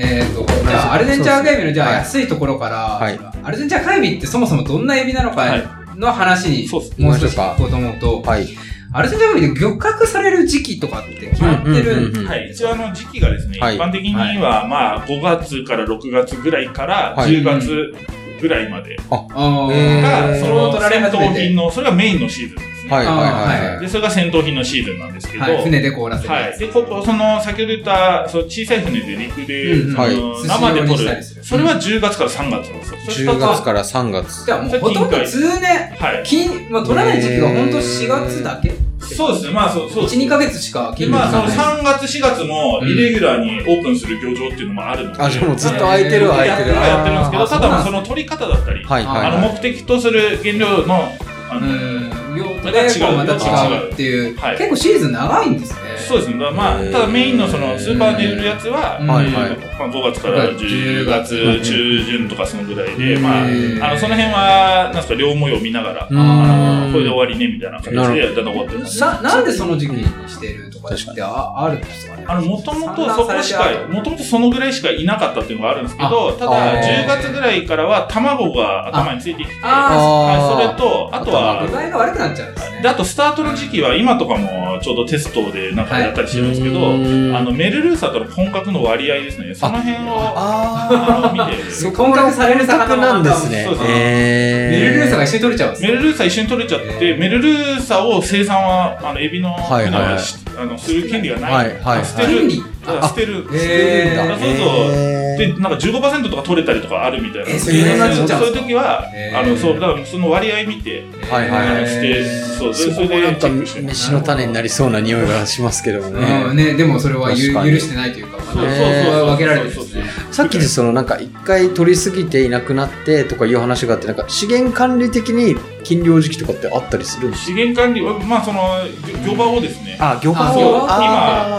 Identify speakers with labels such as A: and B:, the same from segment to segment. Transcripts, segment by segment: A: えー、とじゃあアルゼンチンアカエビのじゃあ安いところから、
B: はい
A: そのアルゼンチンアカエビってそもそもどんなエビなのか
C: はい
A: の話に
C: そうっす
A: もう少し聞こうと思うと、
B: はい。
A: アルゼンチンアカエビで漁獲される時期とかって決まってる、
B: うんうんうんうん
C: はい、一応あの時期がですね、
B: はい
C: 一般的には、まあ5月から6月ぐらいから
B: はい
C: 10月ぐらいまで
A: あー
B: え
C: が、
B: ー
C: そ
A: を
C: の
A: 取られ
C: 戦
A: 始め
C: 闘
A: て
C: 品の、それがメインのシーズンですね。
B: はいはい
A: あー
B: は。
A: はい
C: で、それが戦闘品のシーズンなんですけど、
A: はい、船で凍らせる
C: は
A: や
C: い、
A: つ、
C: でここその先ほど言ったその小さい船で陸で、
A: うんうん
C: その
B: はい
C: 生
A: 寿司用に
C: で取
A: した
C: る
A: りする
C: それは10月から3月なんですよ。それ
B: 10
C: 二つ
B: 月から3月
A: じ。ゃあもうほとんど通年
C: はい。
A: 金、まあ、取らない時期が本当4月だけ、
C: そうですね。まあそうそうです
A: 12ヶ月しか
C: で
A: 金
C: ま
A: 額
C: あそ
A: が
C: の
A: ない、
C: 3月4月もイレギュラーにオープンする漁場っていうのもあるので。
B: あ、じゃあもうずっと
C: や
B: 空いてるは空い
C: ってて
B: る。
C: るは
B: は
C: やってるんですけど、
A: あー
C: ただその取り方だったり、
B: いはい
C: あの
B: は
C: 目的とする原料の、あの、
A: うん用途
C: また
A: で
C: 違う
A: こうまた違うっていう、
C: はい
A: 結構シーズン長いんですね
C: そうですね。だからまあ、
B: へー
C: ただメインのそのスーパーで売るやつは、
A: うん
C: まあ
B: はいはい
C: まあ、5月から10月中旬とかそのぐらいで、
B: うん
C: まあ、あ
A: へー
C: の、その辺は、なんですか、両模様見ながら、
B: うん
C: あのこれで終わりね、みたいな形でやったとこってます。
A: ななんでその時期にしてるとかってああるんですかね
C: あの、もともとそこし
A: 産卵されて
C: か、もともとそのぐらいしかいなかったっていうのがあるんですけど、た
B: あ
C: だ、
B: ー
C: 10月ぐらいからは卵が頭についてきて、
A: あ
C: はいそ
B: あ
C: れと、あとは
A: あ具、合が悪くなっちゃうんですね
C: であとスタートの時期は今とかもちょうどテストでなんかやったりしてるんですけど、
B: はい
C: あのメルルーサとの混角の割合ですねその辺をあ
B: あ
C: の見て
A: そう婚活される魚
B: ー。なんですね
C: そうそう。
B: え
A: メルルーサが一緒に取れちゃうんです
C: メルルーサ一緒に取れちゃって、
A: えー
C: メルルーサを生産はあのエビの
B: はいはい
C: 船はしあのする権利がない、
B: はいはい
C: 捨て
A: 権
C: る
A: 利
C: だから捨てる、
A: え
C: だから
A: ー
C: そうそうでなんか15%とか取れたりとかあるみたいな、
A: えー
B: そんなになっちゃうんですか
C: そういう時は、
A: えー
C: あのそうだからその割合見て、
B: はいはい
C: あのしてそう
B: そこ
C: それ
B: も
C: で
B: なん
C: チ
B: か
C: ェックして
B: 飯の種になりそうな匂いがしますけども
A: うん
B: ね。
A: ね、でもそれはゆ
B: 確
A: 許
B: かに
A: してないというか、ま
C: そうそう
A: あ
C: そう
A: 分けられてるんですね。
B: さっきでそのなんか一回取りすぎていなくなってとかいう話があってなんか資源管理的に禁漁時期とかってあったりするんです
C: 資源管理は、まあ、その漁場をですね、
B: あ、漁
A: あ
B: 場
C: そう
A: 漁場
B: を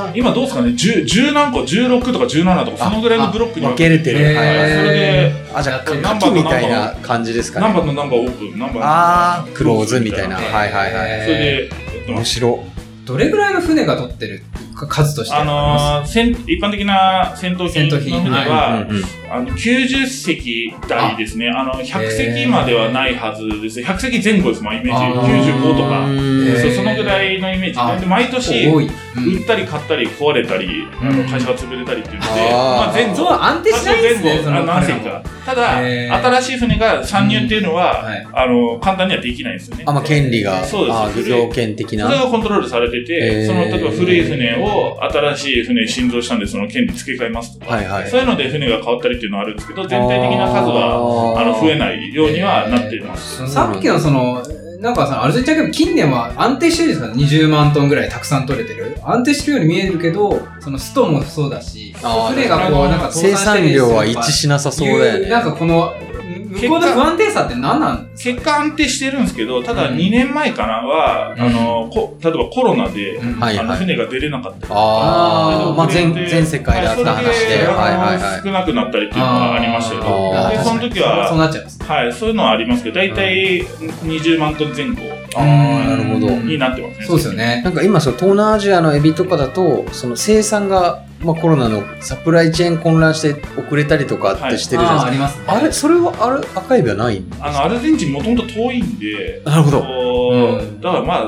B: あ
C: 今、今どうですかね、10, 10何個、16とか17とか、そのぐらいのブロック
B: ー
C: に
B: 分けれて
A: へ
B: る。
A: ー
B: はいはい
C: それで、
B: あ、じゃあ、
C: ナ
B: カ
C: ンバー
B: キみたいな感じですか
C: 何
B: ね。
C: 番のナンバーオープン、何番
B: あー、クローズみたいな。はいはいはい。
C: それで、やってま
B: 面
C: す
B: 白。
A: どれぐらいの船が取ってるか数として
C: あ
A: あります
C: のー戦一般的な戦闘
A: 戦
C: 機
A: 闘機
C: の船
B: うん
C: は、
B: うん
C: あの90席台ですね、あの100席まではないはずです、100席前後です、まあ、イメージ、
A: あー
C: 95と
A: へ
C: か、
A: ー
C: そうそのぐらいのイメージ
A: あ
C: なんで、毎年、
A: 多い。
C: 売ったり買ったり壊れたり、あ
A: う
C: の
A: ん
C: 会社が潰れたりっていうので、
B: あー
C: まあ、前
A: そう
C: 後。
A: 安定しないですね、そ
C: あ
A: の
C: 何
A: 彼
C: 隻
A: らも
C: か。ただ、
A: へー
C: 新しい船が参入っていうのは、
A: うんはい
C: あの簡単にはできないんですよね。
B: あ、まあ、権利が、あ
C: そうで
B: ー
C: す
B: 漁業権的
C: それ
B: な。
C: がコントロールされてて、
B: へー
C: その例えば古い船を新しい船に新造したんで、その権利付け替えますとか、
B: はいはい。
C: そういうので船が変わったりっていうのはあるんですけど、全体的な数はあの増え
B: い。
C: ないようにはなっています。
A: そのさっきのその、なんかさ、アルゼンチンアカエビ近年は安定してるんですかね ?20 万トンぐらいたくさん取れてる。安定してるように見えるけど、そのストもそうだし、
B: あー
A: 船がこう、なんか倒
B: 生
A: 産して
B: 産
A: る
B: 量は一致しなさそうだよ
A: いうなん
B: ね。
A: かこの、向こうの不安定さって何なんです
C: 結果安定してるんですけど、ただ
A: うん
C: 2年前かなは、あのこ例えばコロナで、
A: か、うん
B: はい
C: あの船が出れなかった
B: あ
A: あ
B: あ
A: ー
B: ー、まあ、全
C: それで
B: 全世界であった話で。はいはい
C: それ
B: は
C: で少なくなったりっていうのはありましたけど、
B: あー
C: でその時は
A: そうなっちゃいます。
C: はい、そういうのはありますけど、大体20万トン前後
B: あーなるほど
A: うん
C: になってますね。
A: そうですよね
B: い。。なんか今、その東南アジアのエビとかだと、その生産が、まあ、コロナのサプライチェーン混乱して遅れたりとかってしてるじゃ
A: あー
B: ない
A: あ
B: で
A: りますね
B: すか。あれ、それはあれ赤エビはない
C: あの、アルゼンチンもともと遠いんで、
B: なるほど。
C: こう
A: うん
C: だからまあ、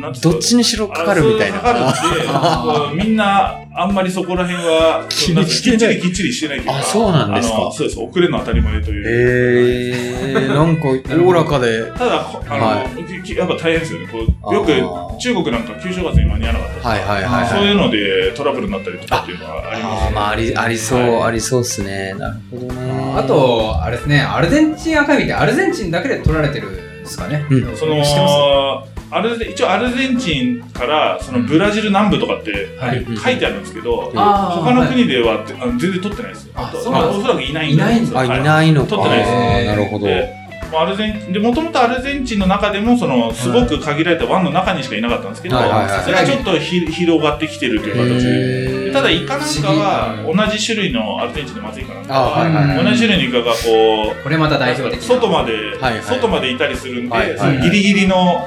C: なんつう
B: ど
C: の
B: っちにしろかかるみたいな。
C: あそうかかるんで
A: あー
C: こうみんな、あんまりそこら辺は、
B: 気にしてない
C: きっちりきっちりしてないというか、
B: あそうなんですか
C: あのそうです、遅れるの当たり前という。
B: えー、なんか おおらかで。
C: ただ、こあの、
B: は
C: きやっぱ大変ですよね。こうよ
B: あー
C: く、中国なんか旧正月に間に合わなかったりとか
B: はいはいはい、
C: そう
B: はい。
C: いうのでトラブルになったりとかっていうのはあります
B: あーまあ、ありありそう、
C: はい
B: ありそうっすね。なるほどね。
A: あ、と、あれですね、アルゼンチンアカエビってアルゼンチンだけで取られてるんですかね。
B: うん
A: 知って
C: そ
A: ま
C: のアルゼ一応アルゼンチンからそのブラジル南部とかって
A: すはい。
B: うん
C: 書いてあるんですけど、
A: あー
C: 他の国では、あの全然取ってないですよ。
A: あ
C: あと
A: そう
C: ま
A: なん
C: あ
A: です
C: おそらくいない
A: いないん
C: です
A: だ
C: よ
B: あ、
C: はい
B: ないのか。
C: 取ってないです
B: あーなるほど。
C: でもうアルゼンでもともとアルゼンチンの中でもそのすごく限られた湾の中にしかいなかったんですけど、
B: はいはいはい
C: それがちょっとひ広がってきてるという形で、
B: へー
C: ただイカなんか
A: 不
C: は
A: 思議
C: 同じ種類のアルゼンチンのマツイカなんか
B: あ、
C: は、
B: はいはいはい。
C: 同じ種類のイカがこう
A: これまた代表的な。
C: 外まで、
B: はいはい
C: 外までいたりするんで、
B: はい
A: は
B: はい
A: い
C: そのギリギリの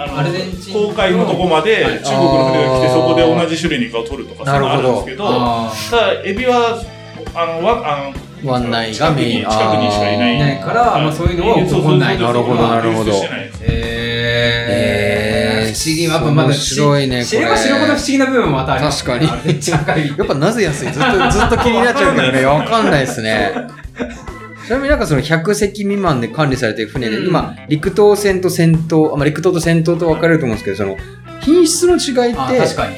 C: あの
A: アルゼンチン
C: 公海のとこまで
A: はい
C: 中国の船が来て
B: あー
C: そこで同じ種類のイカを取るとかそういうのあるんですけど
A: あー
C: ただエビはあのわあの
B: 湾内がメイン。
C: 近くに近くにしかいない
B: あー
A: ないからまあそういうのは
C: そうそうそう
A: ここない
B: なるほどなるほど
C: 流出してないです
A: えー、
B: えー
A: 不思議やっぱまだ
B: 面白いね
A: 知知れ
B: こ
A: ば
B: れ
A: 知るほど不思議な部分もまたあります
B: 確かに
A: あれちゃ赤い
B: やっぱなぜ安いずっと、ずっと気になっちゃう けどね、わかんないですね。ちなみになんかその100隻未満で管理されてる船で、
A: うん
B: 今、陸島船と戦闘、あまあ、陸島と戦闘と分かれると思うんですけど、その、品質の違いっ
A: あ
B: て、
A: 確かに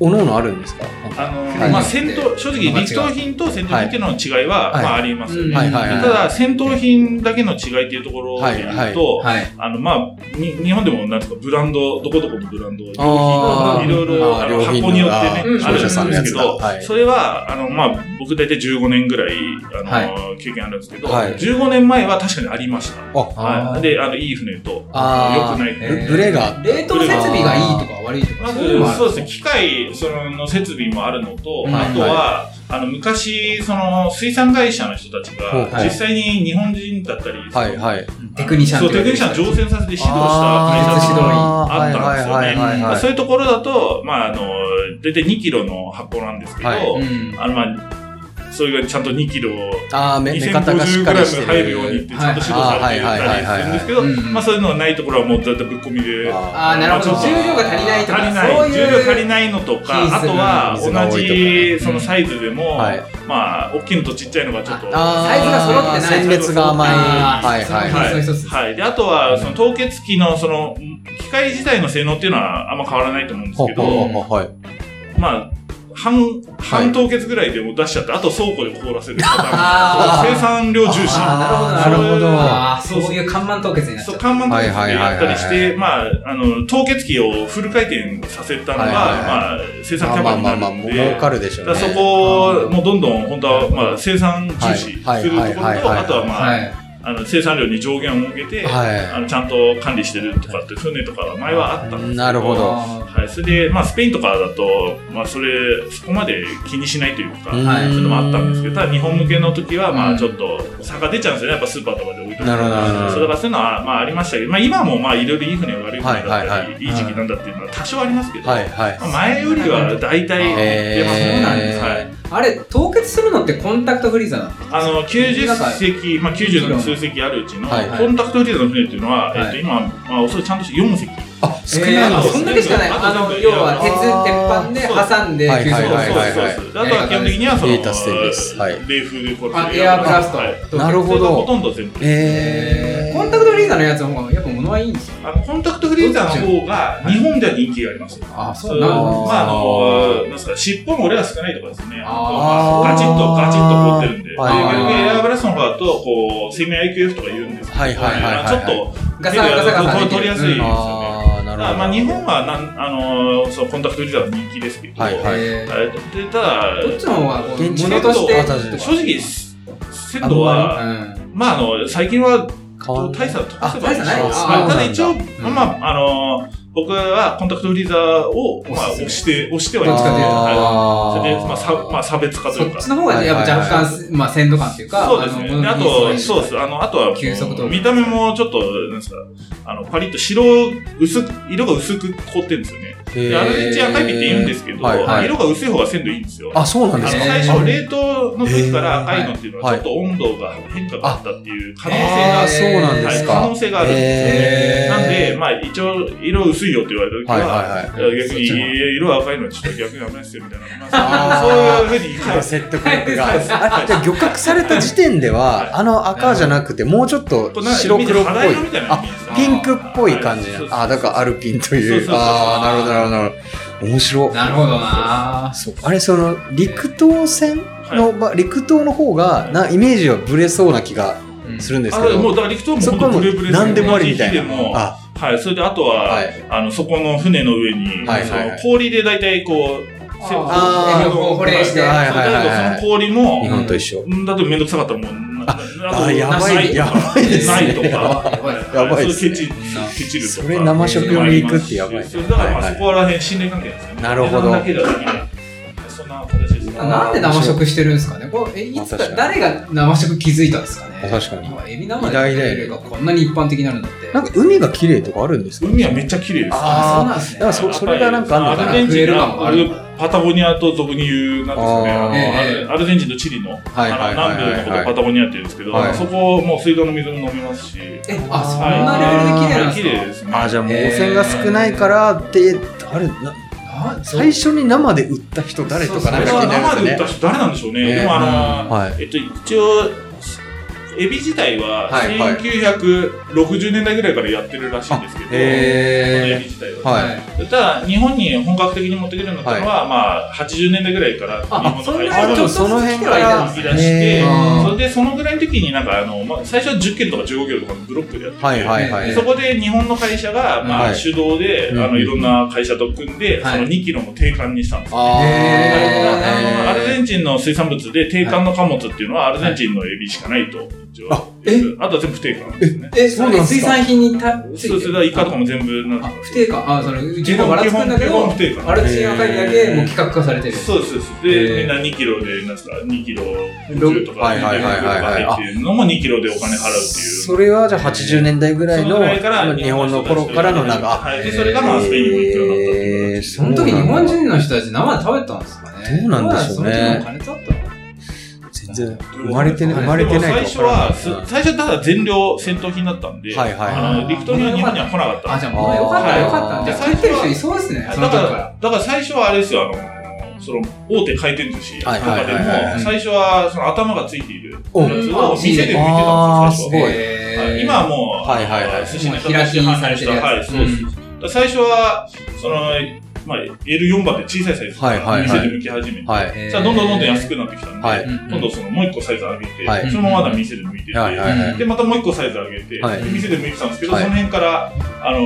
B: おのおのあるんですかなんか
C: あの
B: はい
C: まあ、戦闘正直、
A: まあ
C: 陸闘品と戦闘品っていうのの違いは、
B: はい
C: まあ、ありますよね、
A: はい
B: はいはい
C: ただ、戦闘品だけの違いっていうところで言うと、
B: はいはい
A: はい
C: あのまあ、に日本でもなんですかブランド、どこどこのブランド、
B: あ
A: ー
C: いろいろあの
B: あー良品の
C: 箱によってね、
A: あー
C: あるんで
A: 商社さんの
C: す
A: や
C: け
B: つ
C: ど、
B: だはい
C: それはあの、まあ、僕、大体15年ぐらいあの、経験あるんですけど、
B: はい
C: 15年前は確かにありました。
A: あ
C: はい、
A: ー
C: であのいい船と、
B: あー
C: 良くない船
A: え
B: ブブレが、
A: 冷凍設備がいいとか悪いとか
C: まず
A: いのもある
C: そうですね、機械そのの設備もあるのと、
A: はい
C: あとは、あの昔その、水産会社の人たち
B: ほう
C: が、
B: はい
C: 実際に日本人だったり、
B: はいはい。
A: テクニシャン
C: そう
A: とい
C: テ
A: う
C: クニシャンを乗船させて指導した会社
A: 技術指導員
C: あったんですよ
B: はい
C: ね
B: はいはいはい
C: ま
B: は
C: あ
B: い
C: そういうところだと、まあ、あの大体2キロの箱なんですけど、
B: はい
A: う
B: う
A: ん
C: あのまあ、それがちゃんと2キロ
B: ああ、め目方がしっ
C: 2050g
B: かりしてる。
C: 入るようにってちゃんと指導されてたりするんですけど
A: はいはいはいはいはいはいうんうん
C: まあそういうのはないところはもうだいたいぶっ込みで
A: ああなるほど
C: まあち
A: 重
C: ょっと
A: 量が足りないとか
C: 足りない
A: そう
C: 重量足
A: い
C: り
A: う
C: ないのと
A: 品質
C: かあと
B: 水
C: は
B: が
C: 同
B: 多いとか
C: じ
B: ね
C: そのサイズでも、
B: はい
C: まあ大きいのとちっちゃいのがちょっと
B: あー
A: サイズが揃ってない
B: 戦列が甘い。
A: あー
B: はいはい
A: その
B: はい。
A: 品質の一つです
C: はい、であとはその凍結機のその機械自体の性能っていうのはあんま変わらないと思うんです
B: ほ
C: け
B: う
C: ど、
B: ほうほうほうはい。
C: まあ半半凍結ぐらいでもう出しちゃって、あと倉庫で凍らせるパタ
A: あ
C: ー
A: ー
C: ン生産量重視
B: あ
A: ーなる
B: ほど
A: ああそういう看板凍結になっち
C: そう、
A: ゃう
C: 看板凍結でやったりし
B: はいはいはい
C: て、まあ、あの、凍結機をフル回転させたのが、
B: はいは
C: まあ、生産
B: ま
C: キ
B: あま
C: ャパ
B: あ
C: に
B: ま
C: な
B: あまあ、
C: るん
B: も
C: で
B: う、儲かるでしょ
C: だ
B: う
C: か
B: ね。
C: らそこをもうどんどん本当は、まあ、生産重視するとこ
B: はいはい
C: ろ
B: はい
C: と、
B: はい
C: あとはまあ、
A: はい
C: あの生産量に上限を設けて、あ
B: は
C: のちゃんと管理してるとかって船とかは前はあったんですけ
B: い。なるほど。
A: あ
C: はい、それで、まあ、スペインとかだと、まあ、それ、そこまで気にしないというか、
B: うん
C: はいそういうのもあったんですけど、ただ日本向けの時は、ま
A: う
C: あ、
A: ん
C: ちょっと差が出ちゃうんですよね、やっぱスーパーとかで置いて
B: なるほどなるほど
C: そうだからそういうのは、まあ、ありましたけど、まあ、今も、まあ、いろいろいい船、悪い船だった
B: はい
C: り、い
B: はい
C: い
B: はい
C: 時期なんだっていうのは多少ありますけど、
B: はいはい。
C: まあ、前よりは大体出ます
A: へー
C: ね。はい
A: ーあれ凍結するのってコンタクトフリーザーなの
C: あの90隻、まあ、90の数隻あるうちの、
B: はいはい
C: コンタクトフリーザの船っていうのは、
A: はい
C: えっと、今、まあ、おそらくちゃんとして4隻
B: あ、少
A: え
B: ない
A: ー
B: ん
A: あ
B: です
A: そんだけしかない
C: あと
A: あの
C: 全部
A: 要は鉄
B: あー
A: 鉄板で挟んで
B: はい
C: そう
B: はい
C: そう
B: はいはい
C: そうそう。あとは基本的にはその、
B: データステイですはい
C: 冷風でこれ
A: あエアーブラスト、
C: はい
B: なるほ
C: それが
B: ど
C: ほとんど全部。
B: えー。
A: コンタクトフリーザーのやつの方がやっぱ物はいいんですよ
C: あの、コンタクトフリーザーの方が、日本では人気があります。
A: ああ
C: ま
B: んだ
C: あ、あの、なんすか、尻尾も俺は少ないとかですね。
A: あ
B: ー
C: ガチッと、ガチッと凍ってるんで。で
B: はい
C: 逆にエアーブラストの方だと、こう、生命 IQF とか言うんですけど、
B: はいはいはいはい
C: ちょっと、
A: ガサガサガサ
C: 手で取りやすいですよね。
B: あー、な
C: た
B: る
C: だ
B: ほど。
C: まあ、日本はなん、あの、そう、コンタクトフリーザーの人気ですけど、
B: はいはい
A: えー
C: えーでただ、
A: どっちの方がこう
B: 現地
A: 物として
B: 現地
A: とか
C: 正直、鮮度は、
A: うん
C: まあ、あの、最近は、
B: 変わんない
C: 大差を飛ばせば
A: あ大
C: いい
A: 差ない
C: はい
A: あ
C: ただ一
B: そ
C: 応、
B: う
A: うん
C: まあ、あの、僕はコンタクトフリーザーを、まあ、
A: おすすめ
C: 押して、押しては
A: どっちかというと
C: はいそれで、まあ、差まあ、差別化と
A: そ
C: いう
A: っ
C: か。
A: ちの方がやっぱ若干、まあ、鮮度感っていうか、
C: そうですね。であ
A: あの物
C: と、
A: に
C: そうです。あの、あとは、
A: 急速と
C: 見た目もちょっと、なんですか、あの、パリッと白、薄く、色が薄く凍ってるんですよね。で、アルゼンチン赤いビって言うんですけど、
B: はいはい
C: 色が薄い方が鮮度いいんですよ。
B: あ、そうなんで
C: あの
B: す
A: へ
B: か
A: ー
C: 最初、冷凍の時から赤いのっていうのは、ちょっと温度が変化があったっていう可能性が
B: あー、そうなんで
C: は
B: す
C: い、
B: か。
C: 可能性があるんですよ
B: へ
C: ね。
B: ー
C: なんで、まあ、一応、色薄いよって言われた時は、
B: はいはい
A: はい
C: 逆に、色赤いのはちょっと逆にダメですよみたいな。
B: あー
C: そういうふうに言い
B: はい。
C: ます。
B: 説得力が。
A: はい
B: あ、じゃあ漁獲された時点で
C: はい
B: は、あの赤じゃなくて、もうちょっと
C: これなんか
B: 白黒っぽ
C: 肌
B: い
C: 色みたい。な
B: あ
C: イメージです、
B: ピンクっぽい感じ
C: はいそうそうそう
B: な。あ、だからアルピンと
C: そう
B: い
C: そう
B: う。
C: そう
B: ああ、なるほど、なるほどなるほど。面白い。
A: なるほどな
B: そうあれ、その、陸島線の、まあ陸島の方が、な、イメージはブレそうな気が
A: うん
B: するんです
C: あ
B: け
C: も
B: ど。
C: うだから陸東
B: そ
C: も
B: こ
C: 本
B: はも
C: 当ブレブレ
B: う、
C: ですよ
B: 何でもありみたい
C: 日でも
B: な。あ、
C: はい、それであとは、
B: はい
C: あのそこの船の上に、
B: はいはいはい
C: その氷で大体こう、せ
A: あ
B: ー
C: あの
A: 保冷して
B: はいはいはいはい
C: そうだけどその氷も、
B: 日本と一緒。
C: うんだとめんどくさかったらもう、なな
B: あ、やば、
C: ないと
B: や
C: か
B: ばいです
C: な
B: ね。
C: いとか。
B: やばいっすね
C: そうケチ、ケチると
B: そ
C: か。
B: れ生食用に行くってやばいね。
C: そうだからま
B: は
C: あ
B: いはい
C: そこら辺信頼関係ですね。
B: なるほど
C: 値段だけではできない。そんな形ですね。
A: なんで生食してるんですかねこれえいつ
B: まあ
A: か
B: 確か
A: 誰が生食気づいたんですかね
B: あ確かに
A: 今エビ生
B: 偉大だよね
A: でエビがこんなに一般的になるんだって
B: なんか海が綺麗とかあるんですか
C: 海はめっちゃ綺麗です。
A: あそう
B: あ
A: なんですね
B: だからそそれがなんかあんのかな
C: アルゼンチン
A: 食える感もあるのか
C: がパタゴニアと俗に言うなんですよねあの
A: あー
C: アルアルゼンチンとチリの
B: はいはいはいはい
C: あの南部のことをパタゴニアって言うんですけど、
B: はい
C: そこもう水道の水も飲めますし、はい、
A: えあそんなレベルで綺麗なんですか
C: 綺麗ですね。
B: あーじゃあもう
A: えー
B: 汚染が少ないからって、あれな
A: な
B: 最初に生で売った人誰とか
C: あ
B: なん
C: れ
B: か
A: そうそう
B: 気にな
C: は
B: る
C: 生
B: ん
C: で売
B: で
C: った
B: すね
C: 人誰なんでしょうね。
B: ね
C: でもあの、
B: はい
C: えっと一応エビ自体は
B: はいはい
C: 1960年代ぐらいからやってるらしいんですけど、このエビ
B: へ
C: 自体は。
B: ーはい
A: い
C: ただ日本に本格的に持ってくるようになったのは、まあ80年代ぐらいから日本
A: あ
C: の
A: そんぐ
B: あ
A: らい
B: で
A: ちょっ
B: も
A: と
B: その
A: ずつ来
B: 辺
A: て
B: か
A: はい
B: ら
A: た
C: 売
A: んです
C: り出
A: ね
C: して、
B: へー
C: それでそのぐらいの時になんかあの、まあ、最初は10件とか15件とかのブロックでやってて、
B: はいはいは
A: え
B: い
A: ー
C: そこで日本の会社が、まあ
B: はい
C: 主導で、
B: うん
C: あのいろんな会社と組んで、
A: はい
C: その2キロの定款にしたんですよ。
B: あー
C: だから
A: へ
C: あのアル
B: へ
C: ゼンチンの水産物で定款の貨物っていうのはアルゼンチンのエビしかないと、一応
B: あ
A: え
C: あとは全部不定款ですね。
A: え
B: そ
A: そうう
B: なんですか
A: 水産品にたついて
C: そうそれだからイカとかも全部なん
A: あ
C: か
A: 不定かあそのう
C: 基
A: ちのバ
C: 本
A: ラ
C: 基
A: 作るんだ
C: 本
A: け
C: 基本
A: ど
C: 不定款
A: あ。れ自信赤いだけもう企画化されてる
C: そうですそうです。
A: へー
C: で、みんな2キロで、なんですか、2キロ50とか、
B: はいはいはいはいはい
C: 200とか入っていうのも2キロでお金払うっ
B: ー
C: ていう。
B: それはじゃあ80年代ぐらい
C: その
B: の
C: ぐらいから
B: 日本の頃からのなんか
C: はい。で、それがまあスペインにも行くようになったっていう
B: へー
A: その時日本人の人たち生で食べたんですかね
B: どうなんでしょうね
A: どなんですかその時の金だったの
B: 全然生まれてない生まれて
C: でも
B: ない
C: 最
B: と分か
C: 初
B: ら
C: は、
B: ない
C: す最初はただ全量戦闘品だったんで、
B: はいはい
C: あの、陸東には日本には来なかった
A: あ、
C: んで
A: じゃあ、もうよかった、よかった。じゃあ、
C: はい
A: 帰ってる人いそうですね、
C: だ
A: そ
C: か、
A: の時から
C: だから最初はあれですよ、あの、その、大手回転寿司とかでも
B: はいはいはいはい、
C: 最初はその頭がついているやつ
B: お
C: を店で売ってたんですよ、最初は
B: あーすごい
A: えー
C: 今はもう、
B: はいはいはい
C: あの寿司の人
A: もう開
C: た
A: き
C: ちで
A: に
C: 販
A: され
C: 売
A: てる
C: した。
A: やつ
C: はい、そうです。だから最初は、その、まあ、L4 番で小さいサイズ
B: はいはいはい
C: 店で向き始めて、
B: はい
A: えー
C: さあどんどんどんどん安くなってきたんで、
B: はい
A: うん
C: 今度そのもう一個サイズ上げて、
B: はい
C: そのまままだ店で向いてて、
B: はいはいはい
C: で、またもう一個サイズ上げて、
B: はい
C: 店で向いてたんですけど、
B: はい
C: その辺から、あの、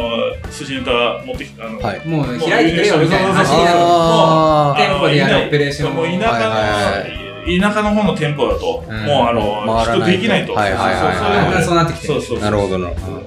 C: 寿司ネタ持ってきて、あの、
B: はい
A: もう開いてくれよみたいな話になる。
B: あー
C: あ
A: 店
C: の
A: 舗でやる
C: いない
A: オペレーション
C: もう田舎の、
B: はいはい
C: 田舎の方の店舗だと、
A: うん
C: もうあ
B: 回ら
C: の、
B: ない
C: 人できないと。
B: はいはいは
A: だん
B: い
A: だんそうなってきて
C: そう
A: る。
C: そうそうそうそう。
B: なるほどな
C: そう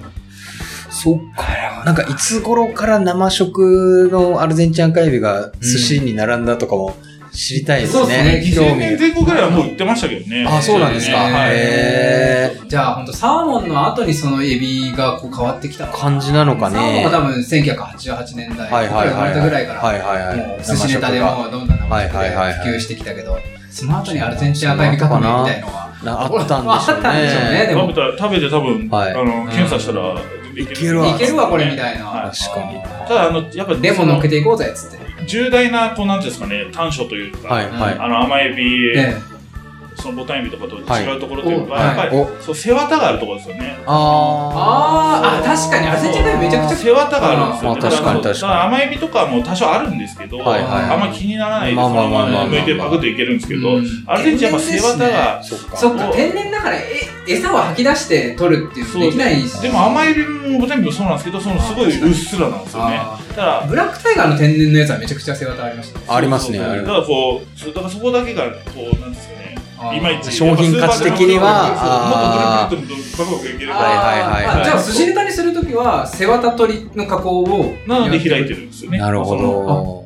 B: そっかなんかいつ頃から生食のアルゼンチン赤エビが寿司に並んだとかも知りたいです
A: そうです
B: ね
A: ね
B: 興
C: 2000年
B: 味
C: 前後ぐらいはもう売ってましたけどね。
B: あそうなんですか
C: はい
B: へ
A: じゃあ、ほんと、サーモンの後にそのエビがこう変わってきたの
B: 感じなの
A: サ
B: か
A: ーモン
B: ね
A: が多分1988年代、
B: はいはい
A: 生ま
B: はい
A: れたぐらいから、
B: はいはいは
A: もう
B: い
A: 寿司ネタでもうどんどん生食
B: はいはいはい
A: で
B: はい
A: 普及してきたけど、その後にアルゼンチン赤エビ革命みたいのは、
B: なあったんでしょう
A: あ
B: ね
A: ったんでしょうねでも
C: 食べたら食べて多分、
B: はい
C: あの検査したら
B: いけるわ
A: いけるわ、これみたいな
C: は。
B: 確かに
C: ただあのやっぱ
A: レモン乗っけ
C: そ
A: ていこうぜ、つって。
C: の重大なこうなんていうんですかね短所というか、
B: はいはい
C: あの甘エビ、
A: え
C: そのボタンエビとかと
B: はい
C: 違うところというか、
A: お
C: やっぱり、
B: お
C: そう背わたがあるところですよね。
B: あ
A: あーあ、確かに、アルゼンチン赤エビめちゃくちゃ
C: 背わたがあるんですよ、
B: あ確かに
C: だら
B: 確かに
C: だら甘エビとかも多少あるんですけど、
B: はい
A: はい
C: あんまり気にならないです、
B: まあまあ
C: そのま
B: まあまあ
C: ま抜いてパクッといけるんですけど、
A: うん
C: アルゼンチンやっぱ背わたが
B: あそっか
A: そっか、天然だから、え、餌を吐き出して取るっていうのできないし。
C: でも甘エビも全部そうなんですけど、そのすごいうっすらなんですよね。
A: あ
C: ただ
A: ーブラックタイガーの天然のやつはめちゃくちゃ背わたありましたね。
B: ありますね
C: そうそう
B: あ
C: そ
B: る
C: うだからこう、そうだからそこだけがこうなんですかね。
A: あー
C: いまいち
B: 商品価値的には
C: やっぱスーパーでももっとグルグルグルグルグルグルグルグルグルいければ
B: はいはいはいはい
A: あじゃあ、寿司ネタにするときは、背わた取りの加工を。
C: なので開いてるんですよね。
B: なるほど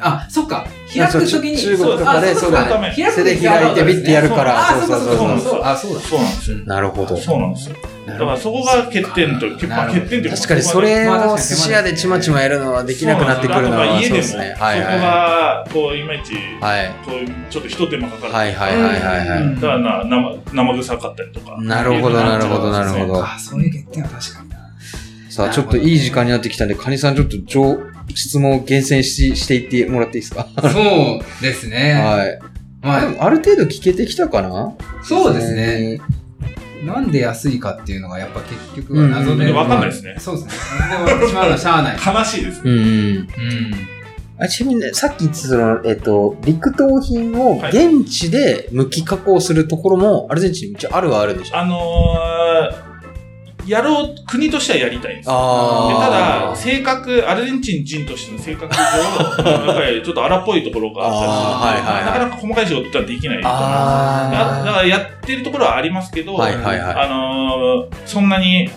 A: あ、そっか。開くときに。
B: 中
C: 国とかで
A: あ
C: そうだね
A: 開く
B: それで開いてビッてやるから
A: あ、そうかそうかそう
C: そう
A: か
C: そうそう
A: そう。あ、そうだ。
C: そうなんですよ。
B: なるほど
C: そうなんですよ。
A: なるほ
C: だか
A: ど
C: らそこが欠点というか、
A: な
C: まあ
A: るほど
C: 欠点という
B: 確かにそれを寿司屋でちまちまやるのはできなくなってくるの
C: そうなん
B: は
C: です
B: そう
C: よ
B: で
C: だ
B: す
C: から
B: ね
C: 家でも、
B: はいはい
C: そこがこういまいち
B: はい
C: こうちょっと一手間かかる。
B: はいはいはいはいはい
A: うん
C: だからな生生臭かったりとか。
B: なるほどなるほどなるほど
A: あ、そういう欠点は確かにな。
B: さあ、ちょっといい時間になってきたんで、カニさんちょっと上質問を厳選ししていってもらっていいですか
A: そうですね。
B: はい。
A: は
B: で
A: い。
B: もある程度聞けてきたかな
A: そうですね。。なんで安いかっていうのがやっぱ結局は謎
B: うん
A: で。
B: うんわかん
C: ないですね
A: そうですね。謎で終わってしまうのはしゃあない。
C: 悲しいです。
B: うんうん。
A: う
B: あちなみにね、さっき言ってたその、えっ、と、陸東品を
C: はい
B: 現地で剥き加工するところも、アルゼンチンに一応あるはあるんでしょ
C: あのー、やろう、国としてはやりたいんです。でただ、
B: あー
C: 性格、アルゼンチン人としての性格上、やっぱりちょっと荒っぽいところがあったりするので
B: あーはいはいはい
C: なかなか細かい仕事ってはできないと思いますだだ
B: あ
C: からやってるところはありますけど、
B: ーはいはいはい。
C: あのーそんなに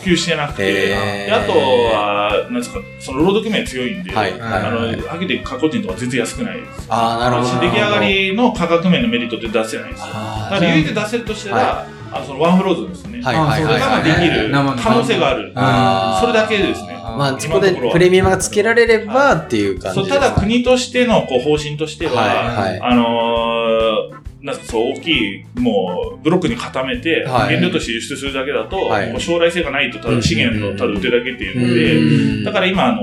C: 普及してなくて、
B: へー
C: であとは、なんですか、その労働組合強いんで、
B: は
A: は
B: い
A: い
C: あの、はげて過去人とか全然安くないです。
B: ああ、なるほど。
C: 出来上がりの価格面のメリットって出せないんですよ。
B: あ
C: だ
B: ー。
C: から唯一出せるとしたら、あのそのワンフローズですね。
B: はいはいはい
C: それができる
A: 生の
C: 可能性がある。
B: あー
C: それだけですね。
A: あー
B: まあ、そこ
C: 今の
B: で
C: ところは
B: プレミアムがつけられればっていう感じ
C: そ
B: で
C: う
B: すか
C: ただ国としてのこう方針としては、
B: はいはい。
C: あのーなんかそう大きいもうブロックに固めて
B: はい
C: 原料として輸出するだけだと、
B: はい
C: もう将来性がないとただ資源
B: うん
C: のただ売ってるだけっていうので、
B: うん
C: だから今、あのー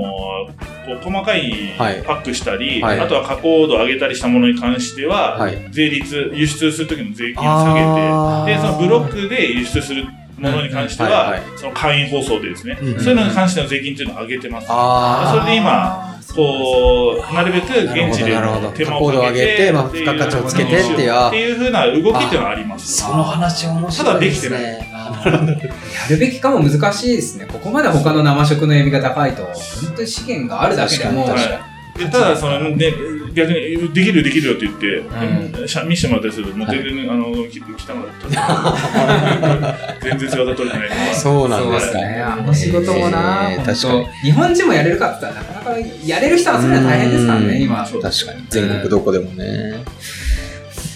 C: こう細かい
B: はい
C: パックしたり、
B: はい
C: あとは加工度を上げたりしたものに関しては、
B: はい
C: 税率輸出する時の税金を下げて
B: あー
C: でそのブロックで輸出するものに関しては、
B: はいは
C: その会員放送でですね、
B: うん
C: そういうのに関しての税金というのを上げてます。
B: あ
C: それで今、こうなるべく現地で
B: なるほど
C: 手間
B: 高
C: を
B: 度を
C: か
B: 上げ
C: けて
B: てまあ
C: っていう
B: 付加価値
A: をつけてって
B: いう
C: っていう風な動きっていうのはあります。
B: その話面白いです
C: ただ
B: ね。
A: やるべきかも難しいですね。ここまで他の生食のエビが高いと、本当に資源があるだけでも、
B: 確かに
C: はいでただその、ね、逆にできるよできるよって言って、しゃ見せてもらったりするともう全然、あのき汚かった全然姿取れてないとか
B: そうな
A: そ
B: ん
A: う
B: で
A: ですす
B: か。
A: ね。あの仕事もな、
B: えー
A: 本
B: 確か
A: 当日本人もやれるかって言ったら、なかなかやれる人はそれは大変ですから
B: うん
A: ね、今。
C: そう
B: 確かに。全国どこでもね。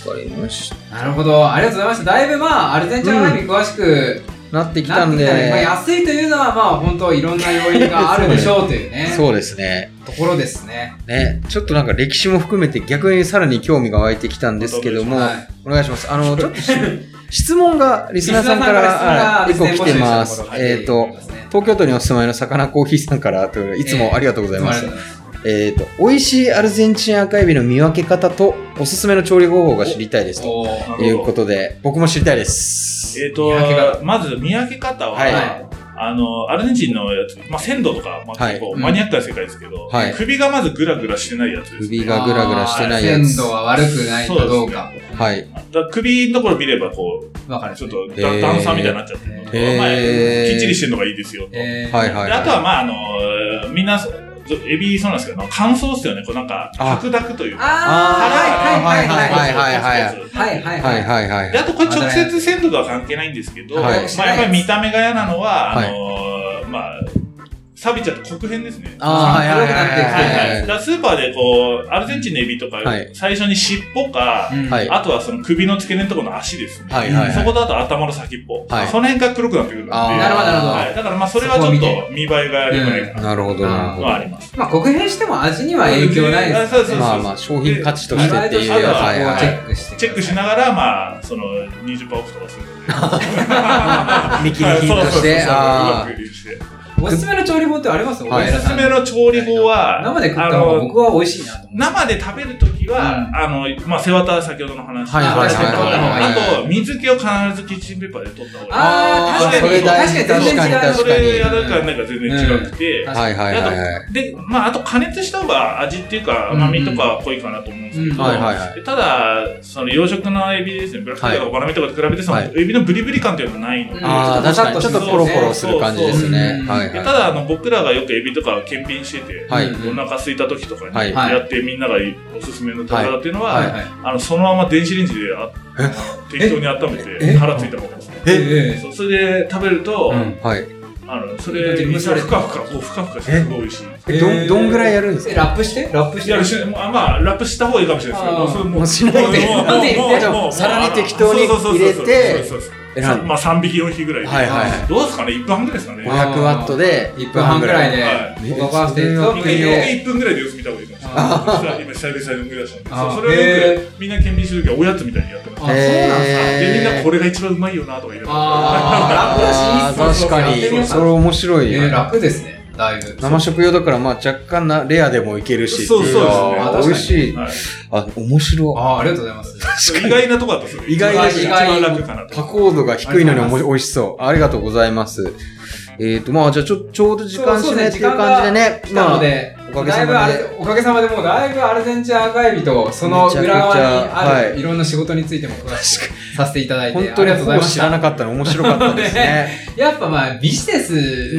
B: わかりまし
A: なるほど、ありがとうございました。だいぶまあ、アルゼンチンワインに詳しく
B: た。なってき
A: な
B: た
A: って
B: ん
A: きたね。まあ、
B: で。
A: 安いというのは、まあ、本当いろんな要因があるでしょうというね、
B: そうですね。
A: ところですね。
B: ね。ちょっとなんか歴史も含めて逆にさらに興味が湧いてきたんですけども、
A: はい
B: お願いします。あの、ちょっとし質問がリ
A: リ
B: スナーさんから
A: ス
B: 一
A: ナ
B: 個
A: ーさん
B: 来
A: から
B: てます
A: リスナ。ー募集して
B: え
A: る
B: っ
A: ところ
B: と
A: が、ですね
B: 東京都にお住まいの魚コーヒーさんからといういつもありがとうございます。えー、と美味しいアルゼンチン赤エビの見分け方とおすすめの調理方法が知りたいですと
A: おー
C: なるほど
B: いうことで僕も知りたいです
C: えっ、と
A: 見分け方
C: まず見分け方は、
B: はい
C: あのアルゼンチンのやつ、まあ、鮮度とか、まあ、
B: はい
C: 結構
A: うん
C: マニアックな世界ですけど、
B: はい
C: 首がまずグラグラしてないやつです、ね、
B: 首がグラグラしてないやつ
A: 鮮度は悪くないかどうか。
B: はい
C: だから首のところ見ればこう
A: わかる。
C: ちょっとだ、
B: へー
C: 段差みたいになっちゃってるのとか、
B: へー
C: まあ、きっちりしてるのがいいですよと、
A: えー
B: はいはい
C: であとはまああのみんなそうエビそうなんですけど乾燥っすよねこうなんか
B: あ
C: 白濁というか
A: あーはいはいはい
B: あーはいはいはいはい
A: はいはい
B: はいはいはい
C: であとこれ直接鮮度とは関係ないんですけど、
B: はい
C: まあ、やっぱり見た目が嫌なのは、
B: はい
C: あのーまあ錆びちゃって黒変ですね。
B: あーはいはい
C: はいは
B: は
C: い、だからスーパーでこうアルゼンチンのエビとか、
B: はい
C: 最初に尻尾か、
A: うん
B: はい
C: あとはその首の付け根のところの足ですね、
B: はいはいはい
C: そこだと頭の先っぽ、
B: はい
C: その辺が黒くなってくるので、
B: あー
A: なるほどなるほど
C: はい、だからまあそれはちょっと見栄えが良くないか
B: いなるほどなる
C: な
B: ほ
C: の
B: ど
C: はあります。
A: まあ、国変しても味には影響ないです
C: あそうそうそう
B: まあまあ商品価値と
A: 意
B: して
A: 外
B: って
A: と
B: いう
A: そこは
B: はい
A: チ
B: は
A: ェックしてください
C: チェックしながら、まあ、その20%オフとかするので。
B: い見切り品としてあ
C: そうそうそううまくして
A: おすすめの調理法ってあります
B: は
A: 大
B: い
C: お
A: 平
C: すす
A: さん
C: めの調理法は、
A: 生で食った方
C: あ
A: が
C: の
A: 僕は美味しいなと思う
C: 生で食べるときは、
A: うん
C: あの、まあ、背わたは先ほどの話。
B: はい
A: はいはいはい
B: はい
C: あと、水気を必ずキッチンペーパーで取った方がいい。
A: あ
C: あー
A: あ確かに
C: それ
B: 大
A: 確かに
B: 事
A: 全然違う
B: 確かに
C: そ
B: 確かに
C: れやるかなんか全然違くて。
A: うん
B: はいはいはいはい
C: で、まあ、あと加熱した方が味っていうか甘みとかは濃いかなと思うんですけど、
A: うんはい
B: はいはい
C: でただ、その養殖のエビですね、ブラックとかバラメとかと比べて、その
B: はい
C: エビのブリブリ感というのはないので、
B: あー確かにちょっとポロポロする感じですね
A: そうそう
B: はい
C: でた
B: は
C: だあの僕らがよくエビとかを検品してて、
B: はい
C: お腹空いた時とかに、
B: はい
C: やってみんながおすすめの食べ方っていうのは、
A: はいはい
C: あのそのまま電子レンジであ適当に温め
B: え
C: て腹ついた方がいいですね
A: ええ
C: そうそれで食べると、
A: うん
B: いはい
C: あのそ
A: だっ
C: れ
A: て
C: ふ
A: 蒸さ
C: か
A: れて
C: ふかこうふかふかしてすごい美味しい。
B: えどんどんぐらいやるんです
A: え
B: か
A: ラップしてラップし
C: い
A: て
C: やるしまあ、まあ、ラップした方がいいかもしれないですけ
A: あ
C: ど、
A: ー
C: それも
B: もうしないで
C: もう
A: なんで言ってんの
C: もうもう
B: さらに適当に
C: そうそうそうそう
B: 入れて
C: そうそうそう
B: えなん
C: まあ、3匹、4匹ぐらいで、
B: はいはいはい
C: どうですかね、1分半ぐらいですかね。
B: 500ワットで
A: 1分半ぐらいで
C: はい
A: 動かして
B: それは
C: 一
B: 食いよう
C: 回一分ぐらいで様子見た方がいいかもしれない。今久々に思い出したん
A: あ
C: で
A: ー
C: そう。それをよくみんな顕微する時はおやつみたいにやってます。
A: あそうなんすか
C: でみんなこ
B: れ
C: れが一番うまいよなとか言いなが
A: あー楽
C: ら。
A: だし
B: 確か
A: そうそうそうやってみよ
B: に
A: うか
B: それ面白い
A: えー
B: ね
A: 楽ですねだいぶ
B: 生食用だからまあ若干なレアでもいけるしっていうのは
A: そうそう
B: 美
A: で
B: 味
A: す
B: しい
C: はい
B: あ面白
A: あーありがとうございます
C: 意外なとこだったそれ。
B: 意外
A: です
C: 一番楽かな
B: 加
C: と。
B: 工度が低いのにおも美味しそうありがとうございますえっ、とまあじゃあちょちょうど時間し
A: そうそう
B: ね
A: ね
B: っていう感じでね
A: 来た
B: ま
A: の
B: あ
A: で
B: おかげ
A: だい
B: さ
A: ぶ
B: ま
A: あ
B: で
A: れおかげさまでもうだいぶアルゼンチンアーカイビとその裏側にあ
B: めちゃくちゃは
A: る
B: い
A: いろんな仕事についても詳しくさせていただいて
B: 本
A: あ
B: 当
A: り
B: に
A: がとう
B: ほ
A: ござい
B: ぼ
A: ま
B: 知
A: し
B: ら
A: た
B: なかったの面白かったで すね
A: やっぱまあビジネス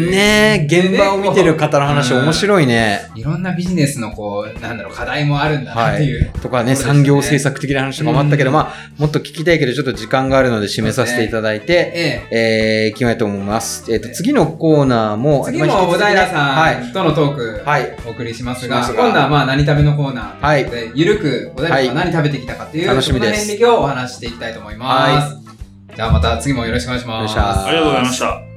B: ねえ現場を見てる方の話面
A: い、
B: 白いね
A: うんいろんなビジネスのこうなんだろう課題もあるんだなっ
B: は
A: て
B: い
A: いう、、
B: とか
A: そう
B: ね
A: ですね
B: 産業政策的な話とかもあったけど、
A: うん
B: まあ、もっと聞きたいけどちょっと時間があるので締めさせていただいて、
A: ええ
B: えー、決めたいと思います、えー、と
A: ね
B: 次のコーナーも
A: 次も小平
B: は
A: さ
B: い
A: んとのトーク
B: はい
A: お送りしますが,、
B: しますが
A: 今度はまあ何食べのコーナーということで、ゆるく小平さんが何食べてきたかっていう、
B: 楽し
A: そ
B: み
A: の
B: です
A: 遍歴をお話ししていきたいと思います、じゃあまた次もよろしくお願いし
B: お願
A: ま
B: いし
A: す
B: ます
C: ありがとうございました。